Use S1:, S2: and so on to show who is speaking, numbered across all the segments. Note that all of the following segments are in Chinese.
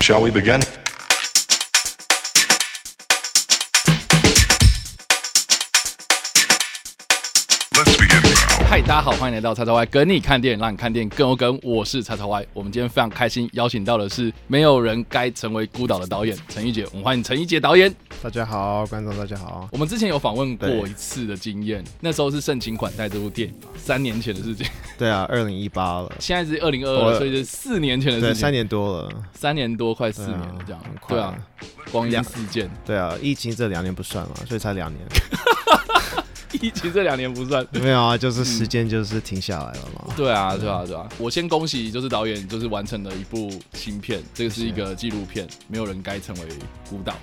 S1: Shall we begin?
S2: 嗨，大家好，欢迎来到叉叉 Y 跟你看电影，让你看电影更有梗。我是叉叉 Y，我们今天非常开心，邀请到的是没有人该成为孤岛的导演陈玉杰，我们欢迎陈玉杰导演。
S3: 大家好，观众大家好。
S2: 我们之前有访问过
S3: 对
S2: 一次的经验，那时候是盛情款待这部电影嘛，三年前的事情，
S3: 对啊，二零一八了，
S2: 现在是二零二
S3: 我
S2: 二，所以是四年前的
S3: 对，
S2: 事情，
S3: 三年多了，
S2: 三年多，快四
S3: 对啊
S2: 年了，这样
S3: 很，快
S2: 对啊，光阴似箭，
S3: 对啊，疫情这两年不算嘛，所以才两年，
S2: 疫情这两年不算。
S3: 没有啊，
S2: 嗯
S3: 就是时间就是停下来了嘛。
S2: 对啊，对啊，对啊！我先恭喜，就是导演就是完成了一部新片，这个是一个纪录片，没有人该成为孤岛。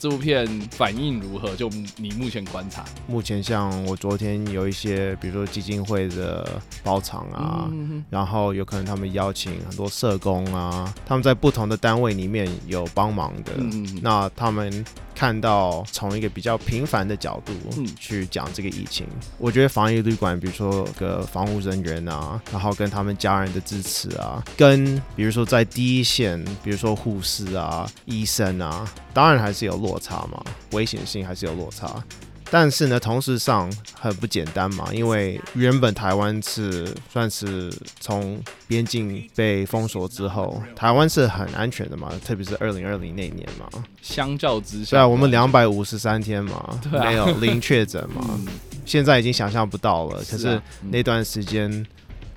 S2: 这部片反应如何？就你目前观察
S3: 目前像我昨天有一些，比如说基金会的包场啊，
S2: 嗯
S3: 然后有可能他们邀请很多社工啊，他们在不同的单位里面有帮忙的，
S2: 嗯
S3: 那他们看到从一个比较平凡的角度
S2: 嗯
S3: 去讲这个疫情，我觉得防疫旅馆，比如说个防护人员啊，然后跟他们家人的支持啊，跟比如说在第一线，比如说护士啊、医生啊，当然还是有落差嘛，危险性还是有落差。但是呢，同时上很不简单嘛，因为原本台湾是算是从边境被封锁之后，台湾是很安全的嘛，特别是二零二零那年嘛，
S2: 相较之下，
S3: 对啊，我们两百五十三天嘛，
S2: 对啊
S3: 没有零确诊嘛
S2: 嗯，
S3: 现在已经想象不到了。可
S2: 是
S3: 是
S2: 啊
S3: 那段时间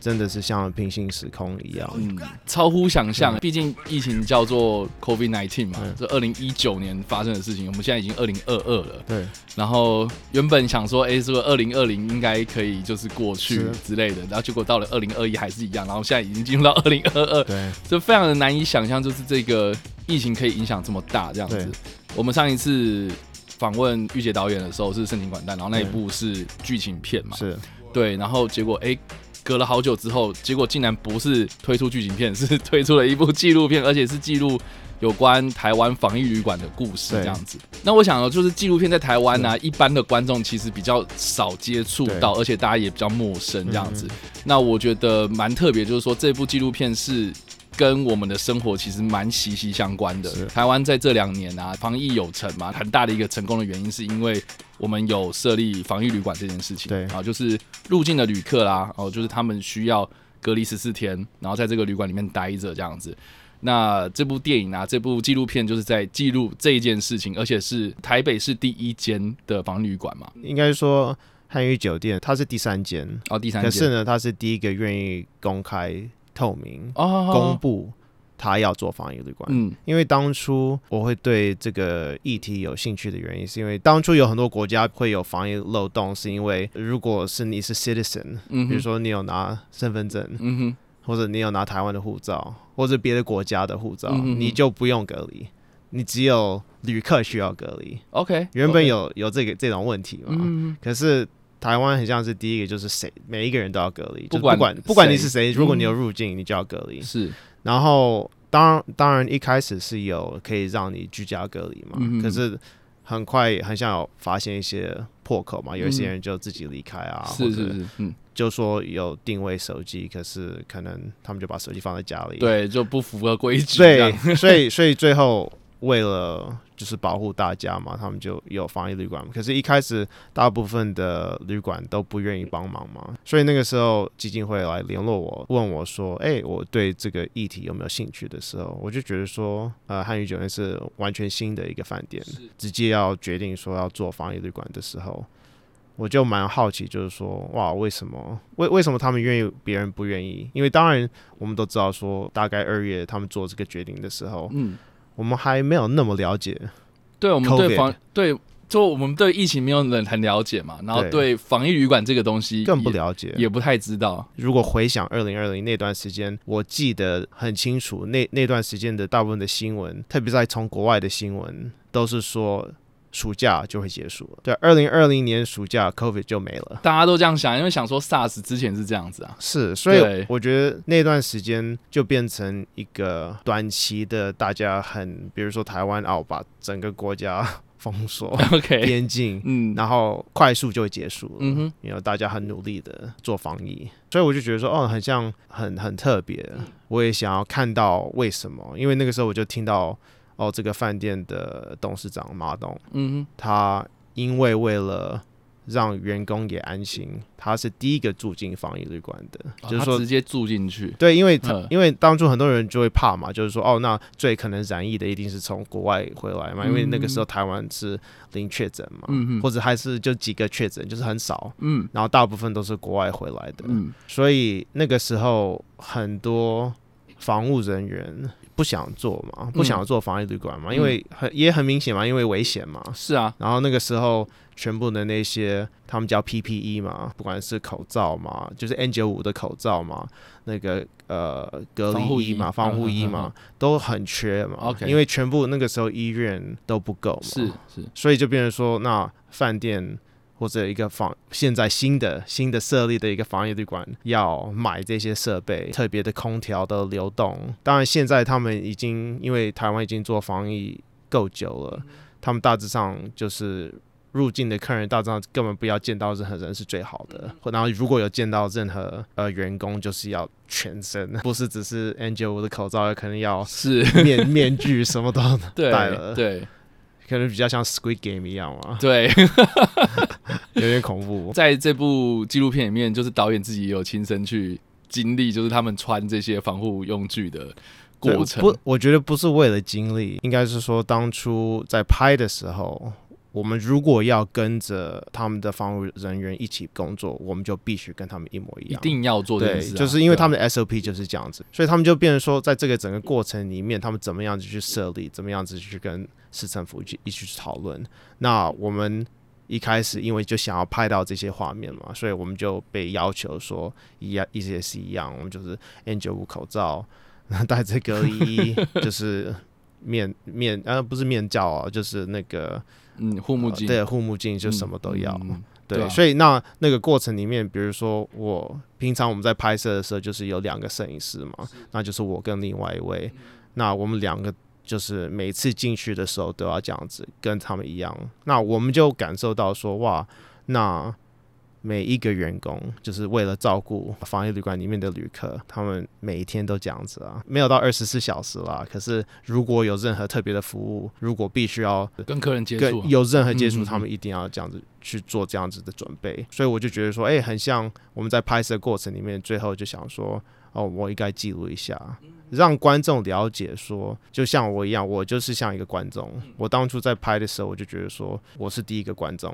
S3: 真的是像平行时空一样，
S2: 嗯，超乎想象。毕竟疫情叫做 COVID 19嘛
S3: 啊嗯，
S2: 这二零一九年发生的事情，我们现在已经二零二二了。
S3: 对，
S2: 然后原本想说，哎，这个二零二零应该可以就是过去
S3: 是
S2: 之类的，然后结果到了二零二一还是一样，然后现在已经进入到二零二二，
S3: 对，
S2: 就非常的难以想象，就是这个疫情可以影响这么大这样子
S3: 对。
S2: 我们上一次访问玉洁导演的时候是《盛情款待》，然后那一部是剧情片嘛，
S3: 是，
S2: 对，然后结果哎。隔了好久之后，结果竟然不是推出剧情片，是推出了一部纪录片，而且是记录有关台湾防疫旅馆的故事
S3: 对
S2: 这样子。那我想哦，就是纪录片在台湾呢、一般的观众其实比较少接触到，而且大家也比较陌生这样子。那我觉得蛮特别，就是说这部纪录片是。跟我们的生活其实蛮息息相关的
S3: 是。
S2: 台湾在这两年啊，防疫有成嘛，很大的一个成功的原因是因为我们有设立防疫旅馆这件事情。
S3: 对
S2: 啊，就是入境的旅客啦，哦，就是他们需要隔离十四天，然后在这个旅馆里面待着这样子。那这部电影啊，这部纪录片就是在记录这一件事情，而且是台北市第一间的防疫旅馆嘛，
S3: 应该说汉语酒店它是第三间，
S2: 哦，第三
S3: 可是
S2: 间，
S3: 呢，它是第一个愿意公开透明
S2: 哦，
S3: 公布它要做防疫旅馆。
S2: 嗯，
S3: 因为当初我会对这个议题有兴趣的原因，是因为当初有很多国家会有防疫漏洞，是因为如果是你是 citizen，
S2: 嗯哼
S3: 比如说你有拿身份证，
S2: 嗯哼。
S3: 或者你有拿台湾的护照，或者别的国家的护照，
S2: 嗯哼哼
S3: 你就不用隔离，你只有旅客需要隔离。
S2: OK，
S3: 原本
S2: OK
S3: 有有这个这种问题嘛，
S2: 嗯，
S3: 可是台湾很像是第一个就是谁每一个人都要隔离，
S2: 不
S3: 就是
S2: 管
S3: 不管不管你是
S2: 谁嗯
S3: 谁，如果你有入境，你就要隔离。
S2: 是，
S3: 然后当然当然一开始是有可以让你居家隔离嘛，
S2: 嗯哼
S3: 可是很快很像有发现一些破口嘛，有一些人就自己离开啊，或
S2: 嗯是
S3: 者
S2: 是是，嗯，
S3: 就说有定位手机，可是可能他们就把手机放在家里，
S2: 对，就不符合规矩，这样，
S3: 对， 所以所以最后为了就是保护大家嘛，他们就有防疫旅馆嘛。可是，一开始大部分的旅馆都不愿意帮忙嘛，所以那个时候基金会来联络我，问我说：“哎、我对这个议题有没有兴趣？”的时候，我就觉得说，呃，汉语酒店是完全新的一个饭店，直接要决定说要做防疫旅馆的时候。我就蛮好奇，就是说，哇，为什么为为什么他们愿意，别人不愿意？因为当然我们都知道说，大概二月他们做这个决定的时候，
S2: 嗯，
S3: 我们还没有那么了解。
S2: 对，我们对
S3: COVID
S2: 防对。就我们对疫情没有人很了解嘛，然后
S3: 对
S2: 对防疫旅馆这个东西
S3: 更不
S2: 也
S3: 了解。
S2: 也不太知道。
S3: 如果回想二零二零那段时间，我记得很清楚，那那段时间的大部分的新闻，特别在从国外的新闻，都是说暑假就会结束了。对，二零二零年暑假 COVID 就没了。
S2: 大家都这样想，因为想说 SARS 之前是这样子啊，
S3: 是，所以
S2: 对
S3: 我觉得那段时间就变成一个短期的，大家很，比如说台湾澳把整个国家 封 锁
S2: OK，
S3: 边境，
S2: 嗯，
S3: 然后快速就会结束了。
S2: 嗯哼，
S3: 然后大家很努力的做防疫，所以我就觉得说，哦，很像很很特别，
S2: 嗯
S3: 我也想要看到为什么，因为那个时候我就听到，哦，这个饭店的董事长马董，
S2: 嗯
S3: 他因为为了让员工也安心，他是第一个住进防疫旅馆的，
S2: 哼，
S3: 就是
S2: 哦他
S3: 说啊
S2: 直接住进去，
S3: 对，因为他、
S2: 嗯
S3: 因为当初很多人就会怕嘛，就是说哦，那最可能染疫的一定是从国外回来嘛，因为那个时候台湾是零确诊嘛，
S2: 嗯
S3: 或
S2: 哼，
S3: 者还是就几个确诊，就是很少，
S2: 嗯
S3: 然后大部分都是国外回来的，
S2: 嗯，
S3: 所以那个时候很多防务人员。不想做嘛，不
S2: 嗯
S3: 想做防疫旅馆嘛，因为很也很明显嘛，因为危险嘛。
S2: 是啊，
S3: 然后那个时候，全部的那些他们叫 PPE 嘛，不管是口罩嘛，就是 N 九五的口罩嘛，那个呃隔
S2: 防护
S3: 离衣
S2: 衣
S3: 嘛、防护衣
S2: 嗯嗯
S3: 嘛，都很缺嘛。
S2: OK
S3: 因为全部那个时候医院都不够嘛，
S2: 是，是，
S3: 所以就变成说，那饭店或者一个房现在新的新的设立的一个防疫旅馆要买这些设备，特别的空调的流动。当然，现在他们已经因为台湾已经做防疫够久了，他们大致上就是。入境的客人大致上根本不要见到任何人是最好的，或然后如果有见到任何呃员工，就是要全身， 不是只是 N 九五的口罩，可能要
S2: 是，
S3: 面面具什么都
S2: 对
S3: 戴了，
S2: 对
S3: 可能比较像 Squid Game 一样嘛，
S2: 对，
S3: 有点恐怖。
S2: 在这部纪录片里面，就是导演自己也有亲身去经历，就是他们穿这些防护用具的过程。
S3: 对不，我觉得不是为了经历，应该是说当初在拍的时候，我们如果要跟着他们的防务人员一起工作，我们就必须跟他们一模一
S2: 一
S3: 样。
S2: 定要做这
S3: 对
S2: 件事、，啊，
S3: 就是因为他们的 SOP 就是这样子，所以他们就变成说，在这个整个过程里面，他们怎么样子去设立，怎么样子去跟市政府去一起去讨论。那我们一开始因为就想要拍到这些画面嘛，所以我们就被要求说一样，一些是一样，我们就是 N 九五口罩，戴着隔离 衣，就是面面呃不是面罩啊，就是那个
S2: 嗯，护目镜、
S3: 呃对护目镜就什么都要。
S2: 嗯嗯
S3: 对，
S2: 对啊
S3: 所以那那个过程里面，比如说我平常我们在拍摄的时候，就是有两个摄影师嘛，那就是嗯我跟另外一位，那我们两个就是每次进去的时候都要这样子，跟他们一样。那我们就感受到说，哇，那每一个员工就是为了照顾防疫旅馆里面的旅客，他们每一天都这样子啊，没有到二十四小时啦。可是如果有任何特别的服务，如果必须要
S2: 跟客人接
S3: 跟
S2: 触啊，
S3: 有任何接触，
S2: 嗯嗯
S3: 他们
S2: 嗯
S3: 一定要这样子去做这样子的准备。所以我就觉得说，哎、很像我们在拍摄过程里面，最后就想说，哦，我应该记录一下，让观众了解说，就像我一样，我就是像一个观众。
S2: 嗯
S3: 我当初在拍的时候，我就觉得说，我是第一个观众。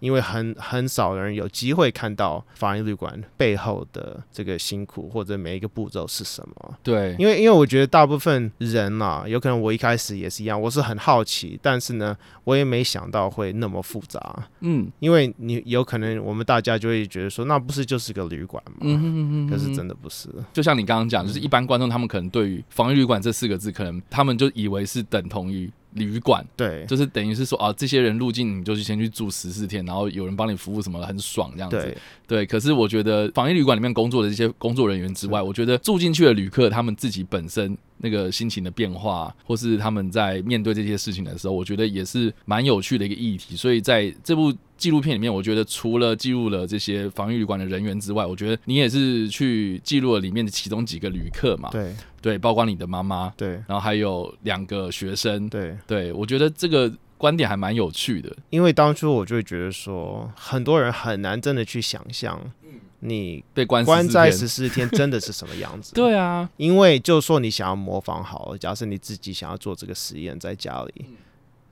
S3: 因为很很少人有机会看到防疫旅馆背后的这个辛苦，或者每一个步骤是什么。
S2: 对，
S3: 因为因为我觉得大部分人嘛、有可能我一开始也是一样，我是很好奇，但是呢，我也没想到会那么复杂。
S2: 嗯
S3: 因为你有可能我们大家就会觉得说，那不是就是个旅馆吗？
S2: 嗯哼嗯哼，
S3: 可是真
S2: 的，
S3: 的不嗯是，
S2: 就像你刚刚讲，就是一般观众他们可能对于“防疫旅馆”这四个字，可能他们就以为是等同于旅馆，
S3: 对
S2: 就是等于是说啊，这些人入境你就是先去住十四天，然后有人帮你服务什么的，很爽这样子。
S3: 对
S2: 对，可是我觉得防疫旅馆里面工作的这些工作人员之外，我觉得住进去的旅客他们自己本身那个心情的变化，或是他们在面对这些事情的时候，我觉得也是蛮有趣的一个议题。所以在这部纪录片里面，我觉得除了记录了这些防疫旅馆的人员之外，我觉得你也是去记录了里面的其中几个旅客嘛，
S3: 对
S2: 对，包括你的妈妈，
S3: 对
S2: 然后还有两个学生，
S3: 对，
S2: 对我觉得这个观点还蛮有趣的，
S3: 因为当初我就会觉得说，很多人很难真的去想象，
S2: 嗯
S3: 你
S2: 被关
S3: 关
S2: 14
S3: 在
S2: 天
S3: 十四天真的是什么样子。
S2: 对啊，
S3: 因为就说你想要模仿好了，假设你自己想要做这个实验在家里，
S2: 嗯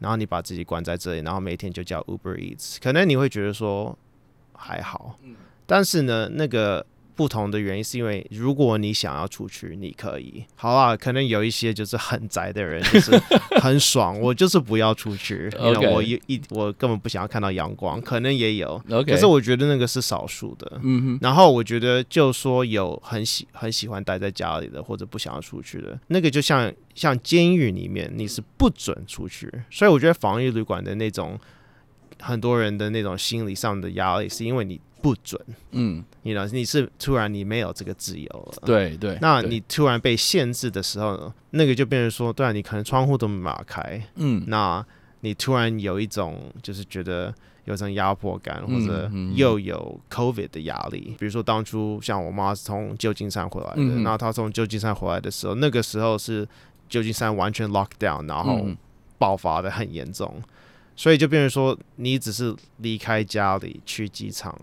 S3: 然后你把自己关在这里，然后每天就
S2: 嗯
S3: 叫 Uber Eats，可能你会觉得说还好，但是呢，那个不同的原因是因为，如果你想要出去，你可以。好啦，可能有一些就是很宅的人， 就是很爽，我就是不要出去，因
S2: OK
S3: 为我一一我根本不想要看到阳光，可能也有。
S2: OK，
S3: 可是我觉得那个是少数的。
S2: 嗯
S3: 然后我觉得，就说有很喜很喜欢待在家里的，或者不想要出去的，那个就像像监狱里面，你是不准出去。所以我觉得防疫旅馆的那种很多人的那种心理上的压力，是因为你不准，
S2: 哼嗯，
S3: 你呢，你是突然你没有这个自由了。
S2: 对对，
S3: 嗯那
S2: 对
S3: 你突然被限制的时候呢，那个就变成说，对啊，你可能窗户都没打开，
S2: 嗯
S3: 那你突然有一种就是觉得有种压迫感，或
S2: 嗯
S3: 者
S2: 嗯嗯
S3: 又有 COVID 的压力。比如说当初像我妈是从旧金山回来的，
S2: 嗯嗯
S3: 那她从旧金山回来的时候，那个时候是旧金山完全 lock down，然后
S2: 嗯
S3: 爆发的很严重，所以就变成说你只是离开家里去机场。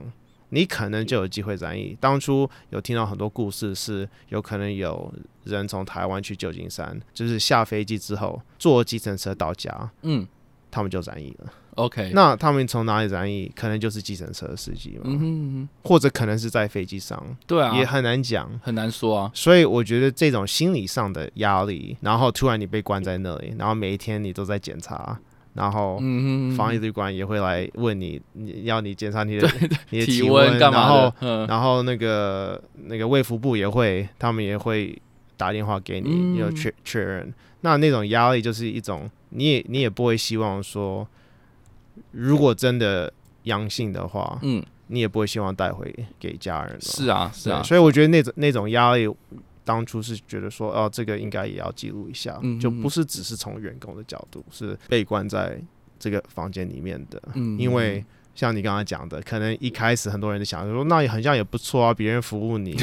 S3: 你可能就有机会染疫。当初有听到很多故事，是有可能有人从台湾去旧金山，就是下飞机之后坐计程车到家，
S2: 嗯
S3: 他们就染疫了。
S2: ，OK，
S3: 那他们从哪里染疫？可能就是计程车司机嘛，
S2: 嗯哼嗯
S3: 或者可能是在飞机上，
S2: 哼，对啊，
S3: 也很难讲。
S2: 很难说啊，
S3: 所以我觉得这种心理上的压力，然后突然你被关在那里，然后每一天你都在检查，然后
S2: 嗯哼，
S3: 防疫旅馆也会来问你，你要你检查你的你的
S2: 体
S3: 温
S2: 温干嘛
S3: 然后
S2: 的？嗯
S3: 然后那个那个卫福部也会，他们也会打电话给
S2: 嗯
S3: 你，要确确认。那那种压力就是一种，你也你也不会希望说，如果真的阳性的话，
S2: 嗯，
S3: 你也不会希望带回给家人嘛。
S2: 是啊是
S3: 对
S2: 啊，
S3: 所以我觉得那种那种压力。当初是觉得说，哦，这个应该也要记录一下，
S2: 嗯
S3: 就
S2: 嗯嗯
S3: 不是只是从员工的角度，是被关在这个房间里面的。
S2: 嗯，
S3: 因为像你刚刚讲的，可能一开始很多人就想说，那也很像也不错啊，别人服 务你，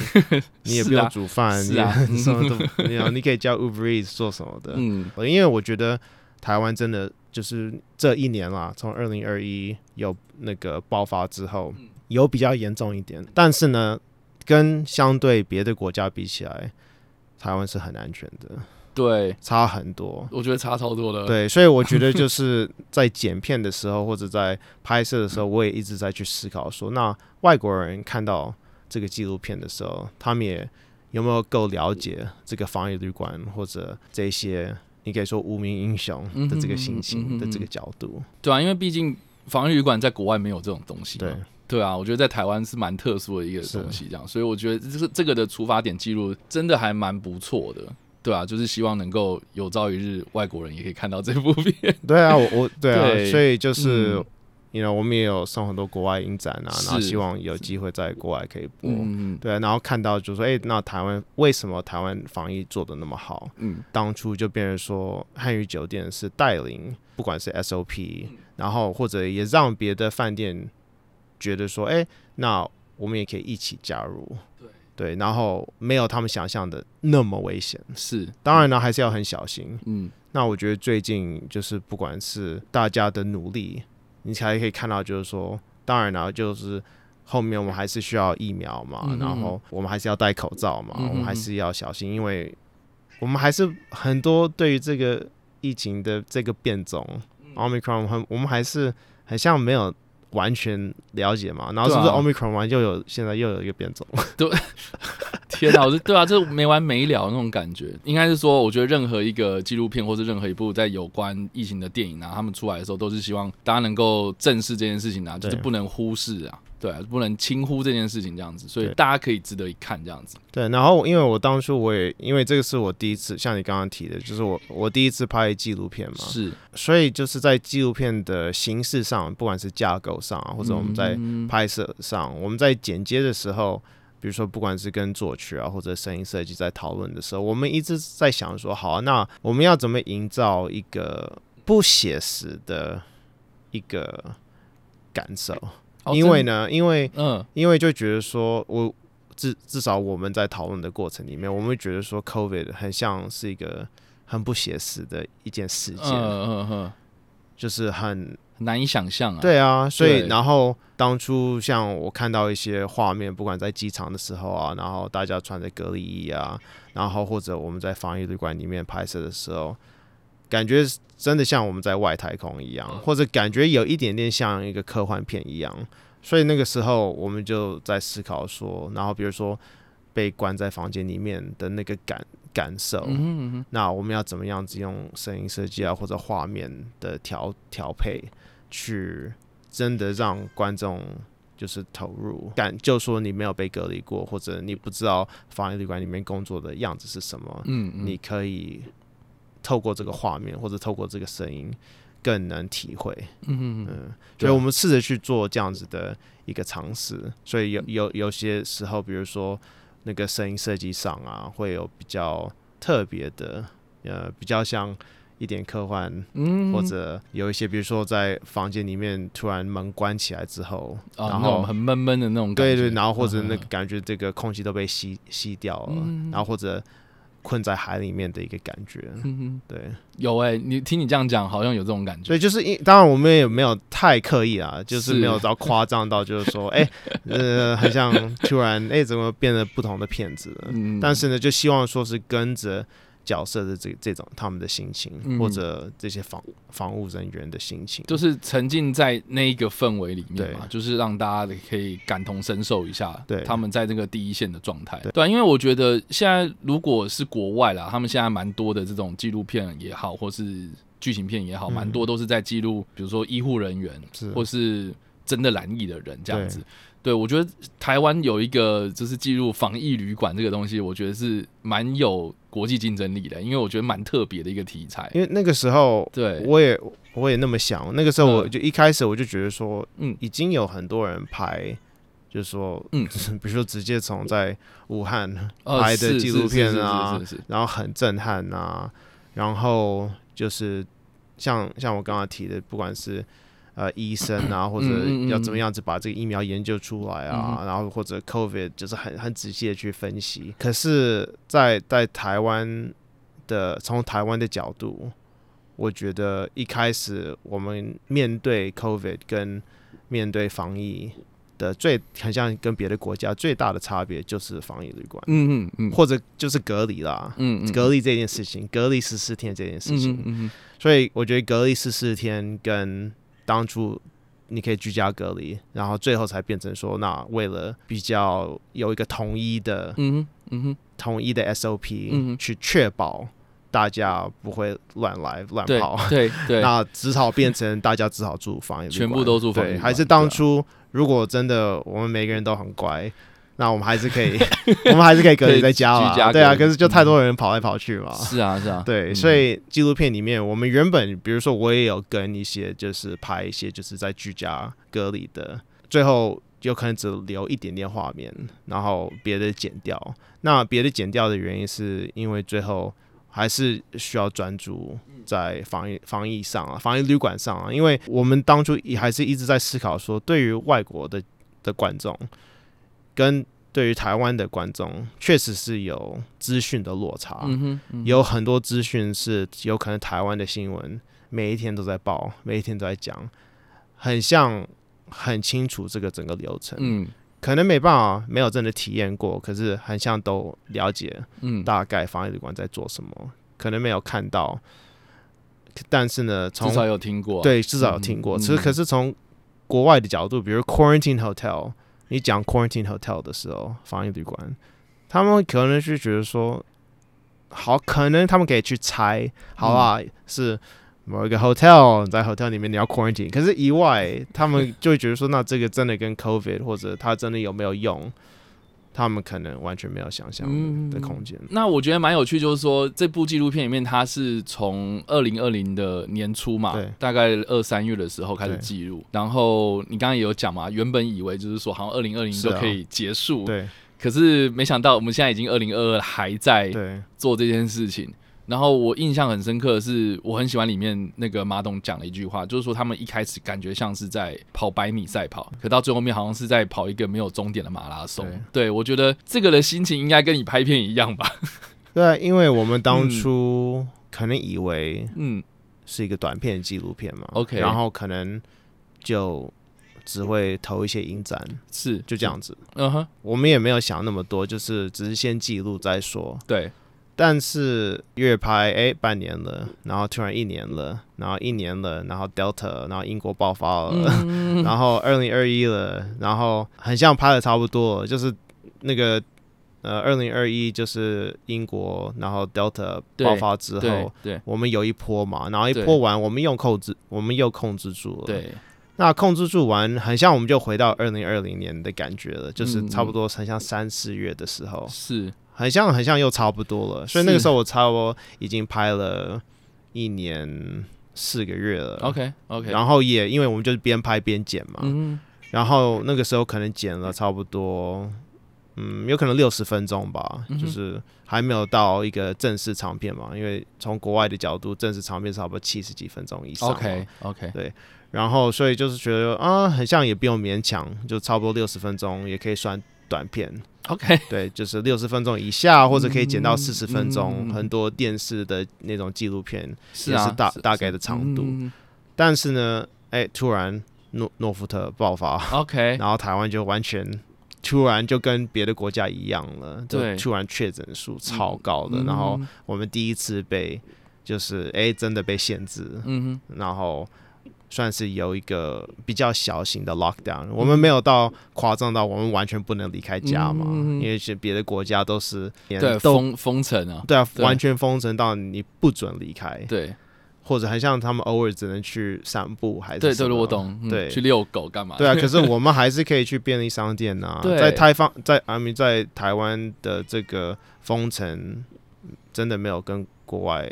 S3: 你也不
S2: 是啊
S3: 用煮饭，
S2: 是啊
S3: 你 什么都，你你可以叫 Uber Eats 做什么的。
S2: 嗯
S3: 因为我觉得台湾真的就是这一年啦，从二零二一有那个爆发之后，有比较严重一点，但是呢，跟相对别的国家比起来，台湾是很安全的，
S2: 对，
S3: 差很多。
S2: 我觉得差超多的，
S3: 对，所以我觉得就是在剪片的时候或者在拍摄的时 候，我也一直在去思考说，那外国人看到这个纪录片的时候，他们也有没有够了解这个防疫旅馆或者这些你可以说无名英雄
S2: 嗯
S3: 的这个心情的这个角度？
S2: 对啊，因为毕竟防疫旅馆在国外没有这种东西嘛，
S3: 对，
S2: 对啊，我觉得在台湾是蛮特殊的一个
S3: 是
S2: 东西，这样，所以我觉得这个这个的出发点记录真的还蛮不错的，对啊，就是希望能够有朝一日外国人也可以看到这部片，
S3: 对啊，我我对啊，
S2: 对
S3: 所以就是
S2: 嗯。
S3: 你 you know, 我们也有送很多国外影展啊，然后
S2: 是
S3: 希望有机会在国外可以播。
S2: 嗯
S3: 对啊，然后看到就说，哎、那台湾为什么台湾防疫做的那么好？
S2: 嗯
S3: 当初就变成说汉语酒店是带领，不管是 SOP，然后或者也让别的饭店觉得说，哎、那我们也可以一起加入，对，然后没有他们想象的那么危险。
S2: 是，
S3: 当然呢，还是要很小心。
S2: 嗯
S3: 那我觉得最近就是不管是大家的努力，你才可以看到，就是说，当然了，就是后面我们还是需要疫苗嘛，
S2: 嗯哼
S3: 然后我们还是要戴口罩嘛，
S2: 嗯哼
S3: 我们还是要小心，因为我们还是很多对于这个疫情的这个变种
S2: 嗯
S3: omicron，很我们还是很像没有。完全了解嘛，然后是不是
S2: 对啊
S3: Omicron 完又有现在又有一个变种？
S2: 天哪，我是对啊，这没完没了那种感觉。应该是说，我觉得任何一个纪录片或是任何一部在有关疫情的电影啊，他们出来的时候，都是希望大家能够正视这件事情啊，就是
S3: 对
S2: 不能忽视啊，对啊，不能轻忽这件事情这样子，所以
S3: 对
S2: 大家可以值得一看这样子。
S3: 对，然后因为我当初我也因为这个是我第一次，像你刚刚提的，就是我我第一次拍纪录片嘛，
S2: 是，
S3: 所以就是在纪录片的形式上，不管是架构上啊，或者我们在
S2: 嗯
S3: 拍摄上，我们在剪接的时候，比如说不管是跟作曲啊或者声音设计在讨论的时候，我们一直在想说，好啊、那我们要怎么营造一个不写实的一个感受？
S2: 哦
S3: 因为
S2: 真
S3: 呢，因为
S2: 嗯，
S3: 因为就觉得说我至至少我们在讨论的过程里面，我们会觉得说 COVID 很像是一个很不写实的一件事
S2: 嗯
S3: 件，
S2: 嗯嗯，
S3: 就是很
S2: 很难以想象啊。，
S3: 对啊，所
S2: 对
S3: 以然后当初像我看到一些画面，不管在机场的时候啊，然后大家穿着隔离衣啊，然后或者我们在防疫旅馆里面拍摄的时候，感觉
S2: 嗯
S3: 真的像我们在外太空一样，或者感觉有一点点像一个科幻片一样。所以那个时候我们就在思考说，然后比如说被关在房间里面的那个感感受，
S2: 嗯哼嗯哼
S3: 那我们要怎么样子用声音设计啊，或者画面的调调配，去真的让观众就是投入感，就说你没有被隔离过，或者你不知道防疫旅馆里面工作的样子是什么，
S2: 嗯嗯，
S3: 你可以透过这个画面或者透过这个声音，更能体会。
S2: 嗯哼嗯哼
S3: 嗯，
S2: 对
S3: 所
S2: 啊
S3: 以我们试着去做这样子的一个尝试。所以有
S2: 嗯
S3: 有有些时候，比如说那个声音设计上啊，会有比较特别的，呃，比较像一点科幻，
S2: 嗯，
S3: 或者有一些，比如说在房间里面突然门关起来之后，
S2: 啊
S3: 然
S2: 那种
S3: 后
S2: 很闷闷的那种感
S3: 对
S2: 觉，
S3: 对，然后或者
S2: 嗯
S3: 那个感觉这个空气都被吸吸掉了，
S2: 嗯
S3: 然后或者困在海里面的一个感觉，
S2: 嗯哼，
S3: 对。
S2: 有哎、你听你这样讲，好像有这种感觉。
S3: 所以就是因，当然我们也没有太刻意啊，就是
S2: 是
S3: 没有到夸张到就是 说，哎、呃，很像突然，哎、怎么变得不同的骗子了？
S2: 嗯，
S3: 但是呢，就希望说是跟着角色的这这种他们的心情，
S2: 嗯
S3: 或者这些防防务人员的心情，
S2: 就是沉浸在那一个氛围里面嘛，
S3: 对
S2: 就是让大家可以感同身受一下，
S3: 对
S2: 他们在这个第一线的状态，
S3: 对
S2: 对啊，因为我觉得现在如果是国外啦，他们现在蛮多的这种纪录片也好，或是剧情片也好，
S3: 嗯
S2: 蛮多都是在记录，比如说医护人员
S3: 是
S2: 或是真的染疫的人这样子。对，我觉得台湾有一个就是记录防疫旅馆这个东西，我觉得是蛮有国际竞争力的，因为我觉得蛮特别的一个题材。
S3: 因为那个时候
S2: 对，
S3: 我也我也那么想，那个时候我
S2: 嗯
S3: 就一开始我就觉得说，
S2: 嗯
S3: 已经有很多人拍。就是说，
S2: 嗯，
S3: 比如说直接从在武汉
S2: 呃
S3: 拍的
S2: 是
S3: 纪
S2: 是
S3: 录
S2: 是
S3: 片
S2: 是是
S3: 啊
S2: 是是
S3: 然后很震撼啊，然后就是像像我刚刚提的，不管是呃医生 啊，或者
S2: 嗯嗯
S3: 要怎么样子把这个疫苗研究出来啊
S2: 嗯，
S3: 然后或者 COVID 就是很很仔细的去分析。可是在，在台湾的从台湾的角度，我觉得一开始我们面对 COVID 跟面对防疫的最很像跟别的国家最大的差别就是防疫旅馆。
S2: 嗯嗯嗯
S3: 或者就是隔离啦，
S2: 嗯嗯
S3: 隔离这件事情，隔离十四天这件事情，
S2: 嗯嗯
S3: 所以我觉得隔离十四天跟当初你可以居家隔离，然后最后才变成说，那为了比较有一个统一的、
S2: 嗯嗯嗯
S3: 统一的 SOP，、
S2: 嗯哼
S3: 去确保大家不会乱来乱
S2: 对
S3: 跑，
S2: 对对，
S3: 那只好变成大家只好住防疫旅
S2: 全部
S3: 馆
S2: 都住防疫
S3: 对
S2: 旅
S3: 还是
S2: 馆对啊
S3: 当初如果真的我们每个人都 很乖，那我们还是可以，我们还是可以隔离在家
S2: 可以居家
S3: 啦。对啊，
S2: 隔离嗯
S3: 可是就太多人跑来跑去嘛。
S2: 是啊是啊，
S3: 对，
S2: 嗯
S3: 所以纪录片里面，我们原本比如说我也有跟一些就是拍一些就是在居家隔离的，最后有可能只留一点点画面，然后别的剪掉。那别的剪掉的原因是因为最后还是需要专注
S2: 嗯
S3: 在防疫防疫上啊，防疫旅馆上啊，因为我们当初也还是一直在思考说，对于外国的的观众跟对于台湾的观众，确实是有资讯的落差。
S2: 嗯哼嗯哼
S3: 有很多资讯是有可能台湾的新闻每一天都在报，每一天都在讲，很像很清楚这个整个流程，
S2: 嗯
S3: 可能没办法没有真的体验过，可是很像都了解
S2: 嗯，
S3: 大概防疫旅馆在做什么，可能没有看到，但是呢，从
S2: 至少有听过，
S3: 对至少有
S2: 嗯
S3: 听
S2: 嗯
S3: 过，其实可是从国外的角度，比如 quarantine hotel，你讲 quarantine hotel 的时候，防疫旅馆，他们可能是觉得说，好，可能他们可以去猜，好啦，
S2: 嗯
S3: 是某一个 hotel 在 hotel 里面你要 quarantine，可是以外，他们就会觉得说，那这个真的跟 covid 或者它真的有没有用，他们可能完全没有想象
S2: 嗯
S3: 的空间。
S2: 那我觉得蛮有趣，就是说这部纪录片里面，它是从二零二零的年初嘛
S3: 对，
S2: 大概二三月的时候开始
S3: 对
S2: 记录。然后你刚刚也有讲嘛，原本以为就是说好像二零二零
S3: 是
S2: 就
S3: 啊
S2: 可以结束，
S3: 对
S2: 可是没想到我们现在已经二零二二还在
S3: 对，
S2: 做这件事情。然后我印象很深刻的是，我很喜欢里面那个马董讲的一句话，就是说他们一开始感觉像是在跑百米赛跑，
S3: 嗯
S2: 可到最后面好像是在跑一个没有终点的马拉松。对我觉得这个的心情应该跟你拍片一样吧？
S3: 对，因为我们当
S2: 嗯
S3: 初可能以为。
S2: 嗯
S3: 是一个短片纪录片嘛
S2: OK
S3: 然后可能就只会投一些影展，
S2: 是，
S3: 就这样子。
S2: 嗯哼，
S3: 我们也没有想那么多，就是只是先记录再说。
S2: 对，
S3: 但是越拍哎半年了，然后突然一年了，然后一年了，然后 Delta，然后英国爆发了，
S2: 嗯
S3: 然后二零二一了，然后很像拍的差不多了，就是那个呃二零二一就是英国，然后 Delta
S2: 对
S3: 爆发之
S2: 对
S3: 后，
S2: 对
S3: 我们有一波嘛，然后一
S2: 对
S3: 波完，我们又控制，我们又控制住了，
S2: 对，
S3: 那控制住完，很像我们就回到二零二零年的感觉了，就是
S2: 嗯
S3: 差不多很像三四月的时候，
S2: 是
S3: 很像很像又差不多了。所以那个
S2: 是
S3: 时候我差不多已经拍了一年四个月了。
S2: OK OK，
S3: 呃然后也因为我们就是边拍边剪嘛，
S2: 嗯
S3: 然后那个时候可能剪了差不多，嗯，有可能六十分钟吧，
S2: 嗯哼
S3: 就是还没有到一个正式长片嘛，因为从国外的角度，正式长片差不多七十几分钟以上嘛。
S2: ，OK OK，
S3: 然后所以就是觉得啊，很像也不用勉强，就差
S2: 嗯
S3: 不多六十分钟也可以算短片，
S2: OK，
S3: 对，就是六十分钟以下，或者可以剪到
S2: 嗯
S3: 四十分钟，
S2: 嗯
S3: 很多电视的那种纪录片
S2: 是
S3: 也
S2: 啊，
S3: 是大
S2: 是
S3: 大概的长度。
S2: 嗯
S3: 但是呢，哎，突然诺诺福特爆发，
S2: OK，
S3: 然后台湾就完全。突然就跟别的国家一样了，就
S2: 对
S3: 突然确诊数超高的，
S2: 嗯
S3: 然后我们第一次被就是哎真的被限制，
S2: 嗯
S3: 然后算是有一个比较小型的
S2: 嗯
S3: lockdown。我们没有到夸张到我们完全不能离开家嘛，
S2: 嗯嗯嗯
S3: 因为是别的国家都是
S2: 哼，
S3: 连
S2: 对，
S3: 都
S2: 封封城啊，
S3: 对啊，
S2: 对
S3: 完全封城到你不准离开，
S2: 对
S3: 或者很像他们偶尔只能去散步还是
S2: 对
S3: 什
S2: 对，
S3: 么
S2: 我。懂，嗯
S3: 对
S2: 去遛狗干嘛？，
S3: 对啊，可是我们还是可以去便利商店啊
S2: 对
S3: 在台方在阿明在台湾的这个封城，真的没有跟国外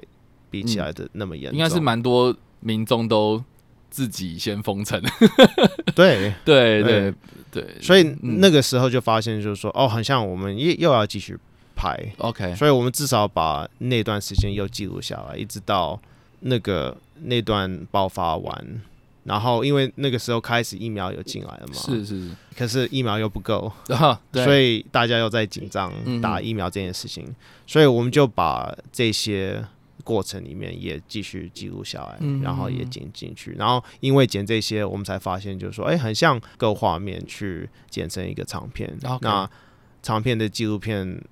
S3: 比起来的那么严重，
S2: 应该是蛮多民众都自己先封 城，
S3: 对，
S2: 对
S3: 对
S2: 对对，
S3: 所以
S2: 嗯
S3: 那个时候就发现，就是说，哦，很像我们又又要继续拍，
S2: OK，
S3: 所以我们至少把那段时间又记录下来，一直到那个那段爆发完，然后因为那个时候开始疫苗有进来了嘛，
S2: 是，是是，
S3: 可是疫苗又不够，
S2: 啊，对，
S3: 啊所
S2: 以
S3: 以大家又在紧张
S2: 嗯
S3: 打疫苗这件事情，所以我们就把这些过程里面也继续记录下来，
S2: 嗯
S3: 然后也剪进去，然后因为剪这些，我们才发现就是说，哎、很像够画面去剪成一个长片。
S2: OK
S3: 那长片的纪录片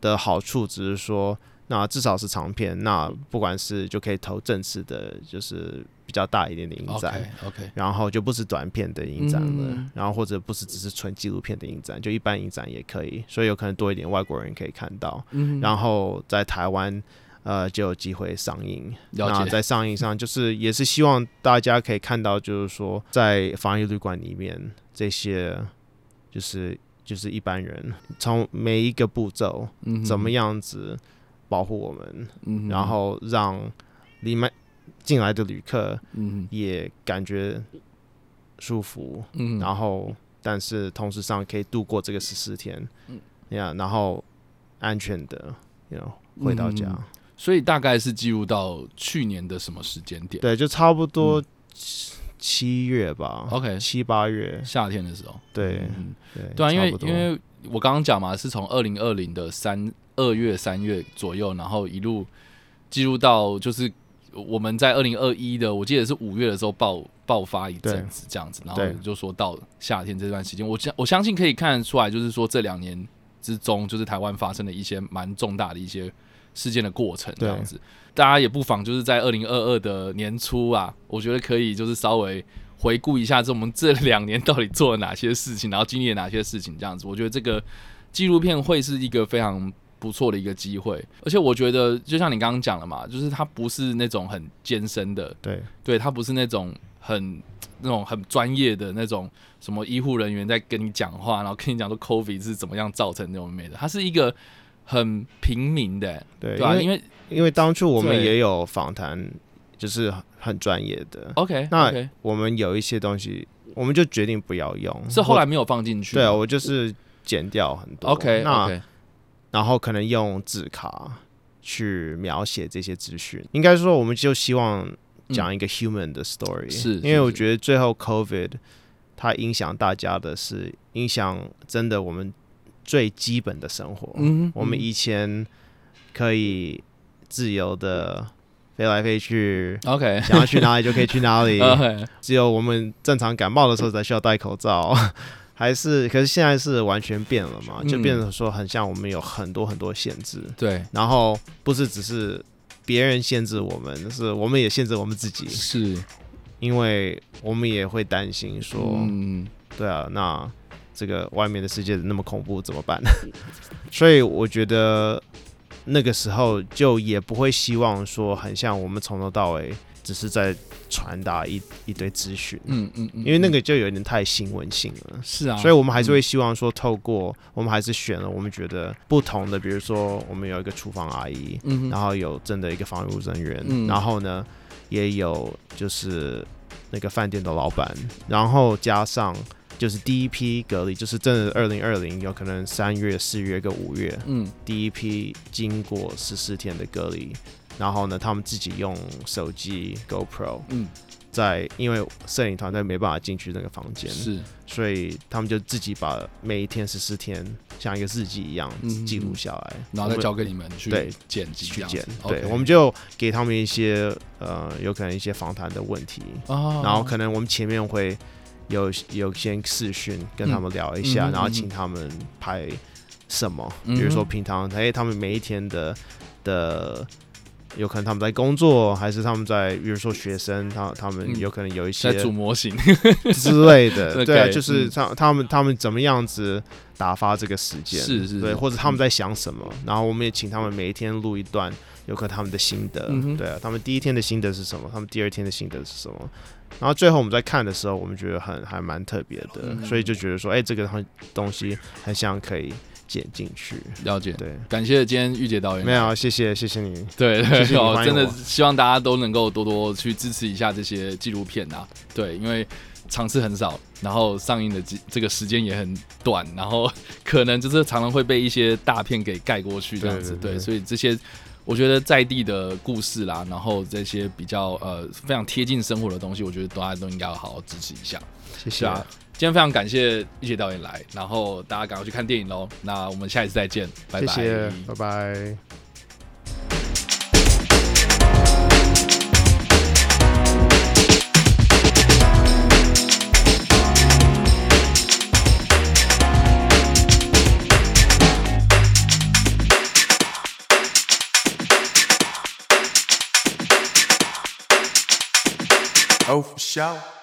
S3: 的好处只是说。那至少是长片，那不管是就可以投正式的，就是比较大一点的影展。
S2: OK OK，
S3: 然后就不是短片的影展了，
S2: 嗯
S3: 然后或者不是只是纯纪录片的影展，就一般影展也可以，所以有可能多一点外国人可以看到。
S2: 嗯，
S3: 然后在台湾，呃，就有机会上映。那
S2: 了解，
S3: 在上映上，就是也是希望大家可以看到，就是说在防疫旅馆里面这些，就是就是一般人从每一个步骤
S2: 嗯
S3: 怎么，样子保护我们，
S2: 嗯
S3: 然，后让里面进来的旅客
S2: 嗯
S3: 也感觉舒服，
S2: 嗯，
S3: 然后但是同时上可以度过这个十四天，
S2: 嗯
S3: 呀、然后安全的，you know，回到家，
S2: 嗯所以大概是进入到去年的什么时间点？
S3: 对，就差不多七七月吧
S2: 嗯 OK
S3: 七八月，
S2: 夏天的时候，
S3: 对
S2: 嗯
S3: 对
S2: 对啊，因为
S3: 差不多
S2: 因为我刚刚讲嘛，是从二零二零的三二月三月左右，然后一路进入到就是我们在二零二一的，我记得是五月的时候爆爆发一阵子这样子，然后
S3: 对
S2: 就说到夏天这段时间，我相我相信可以看得出来，就是说这两年之中，就是台湾发生的一些蛮重大的一些事件的过程这
S3: 对
S2: 样子。大家也不妨就是在二零二二的年初啊，我觉得可以就是稍微回顾一下，这我们这两年到底做了哪些事情，然后经历了哪些事情，这样子，我觉得这个纪录片会是一个非常不错的一个机会。而且我觉得，就像你刚刚讲了嘛，就是它不是那种很艰深的，
S3: 对
S2: 对，它不是那种很那种很专业的那种什么医护人员在跟你讲话，然后跟你讲说 COVID 是怎么样造成那种没的，它是一个很平民的、
S3: 对，
S2: 对吧、
S3: 因
S2: 因
S3: 为
S2: 为
S3: 因为当初我们
S2: 对
S3: 也有访谈，就是很专业的，
S2: OK
S3: 那
S2: OK
S3: 我们有一些东西，我们就决定不要用，
S2: 是后
S3: 我
S2: 来没有放进去，
S3: 对啊我就是剪掉很多
S2: OK
S3: 那。
S2: OK
S3: 然后可能用字卡去描写这些资讯。应该说，我们就希望讲一个 human 的 story，、
S2: 嗯是
S3: 因为
S2: 是
S3: 我
S2: 是
S3: 觉得最后 COVID 它影响大家的是影响真的我们最基本的生活。
S2: 嗯
S3: 我们
S2: 嗯。
S3: 以前可以自由的飞来飞去
S2: OK
S3: 想要去哪里就可以去哪里，
S2: OK
S3: 只有我们正常感冒的时候才需要戴口罩， 还是可是现在是完全变了嘛，就变得说很像我们有很多很多限制，
S2: 对，
S3: 然后不是只是别人限制我们，是我们也限制我们自己，
S2: 是，
S3: 因为我们也会担心说，
S2: 嗯，
S3: 对啊，那这个外面的世界那么恐怖怎么办？ 所以我觉得那个时候就也不会希望说很像我们从头到尾只是在传达一一堆资讯，
S2: 嗯嗯嗯，
S3: 因为那个就有点太新闻性了。
S2: 是啊，
S3: 所以，我们还是会希望说，透过我们还是选了我们觉得不同的，比如说我们有一个厨房阿姨，
S2: 嗯
S3: 然
S2: 哼，
S3: 后有真的一个防务人员，
S2: 嗯
S3: 然后呢，也有就是那个饭店的老板，然后加上就是第一批隔离，就是真的二零二零有可能三月、四月跟五月
S2: 嗯
S3: 第一批经过十四天的隔离，然后呢，他们自己用手机 GoPro
S2: 嗯，
S3: 在，因为摄影团队没办法进去那个房间，
S2: 是，
S3: 所以他们就自己把每一天十四天像一个日记一样
S2: 嗯
S3: 记录下来，
S2: 然后
S3: 我
S2: 再
S3: 们
S2: 交给你们去
S3: 对
S2: 剪辑这
S3: 去
S2: 样子，
S3: 见。对，
S2: OK
S3: 我们就给他们一些呃，有可能一些访谈的问题，
S2: 啊，
S3: 然后可能我们前面会有有先视讯跟他们聊一下，
S2: 嗯嗯哼
S3: 然后
S2: 嗯哼
S3: 请他们拍什么，
S2: 嗯哼
S3: 比如说平常哎，他们每一天的的。有可能他们在工作，还是他们在，比如说学生，他他们
S2: 嗯
S3: 有可能有一些
S2: 在组模 型，
S3: 之类 的，
S2: OK，
S3: 对啊，就是
S2: 嗯
S3: 他他们他们怎么样子打发这个时间，
S2: 是是嗯
S3: 对，
S2: 是
S3: 或者他们在想什么，然后我们也请他们每一天录一段，有可能他们的心得
S2: 嗯，哼
S3: 对啊，他们第一天的心得是什么，他们第二天的心得是什么，然后最后我们在看的时候，我们觉得很还蛮特别的，
S2: 嗯
S3: 所以就觉得说，哎，这个东东西很像可以剪进去，
S2: 了解。
S3: 对，
S2: 感谢今天玉洁导演，
S3: 没有，谢谢谢谢你，
S2: 对
S3: 谢谢
S2: 对，
S3: 你
S2: 哦
S3: 欢迎
S2: 真的
S3: 我
S2: 希望大家都能够多多去支持一下这些纪录片啊，对，因为场次很少，然后上映的这这个时间也很短，然后可能就是常常会被一些大片给盖过去这样子，
S3: 对对对
S2: 对，所以这些。我觉得在地的故事啦，然后这些比较呃非常贴近生活的东西，我觉得大家都应该要好好支持一下。
S3: 谢
S2: 是
S3: 谢，
S2: 啊，今天非常感谢一杰导演来，然后大家赶快去看电影喽。那我们下一次再见，拜
S3: 谢
S2: 拜。
S3: 谢，拜拜。
S1: Oh, for sure.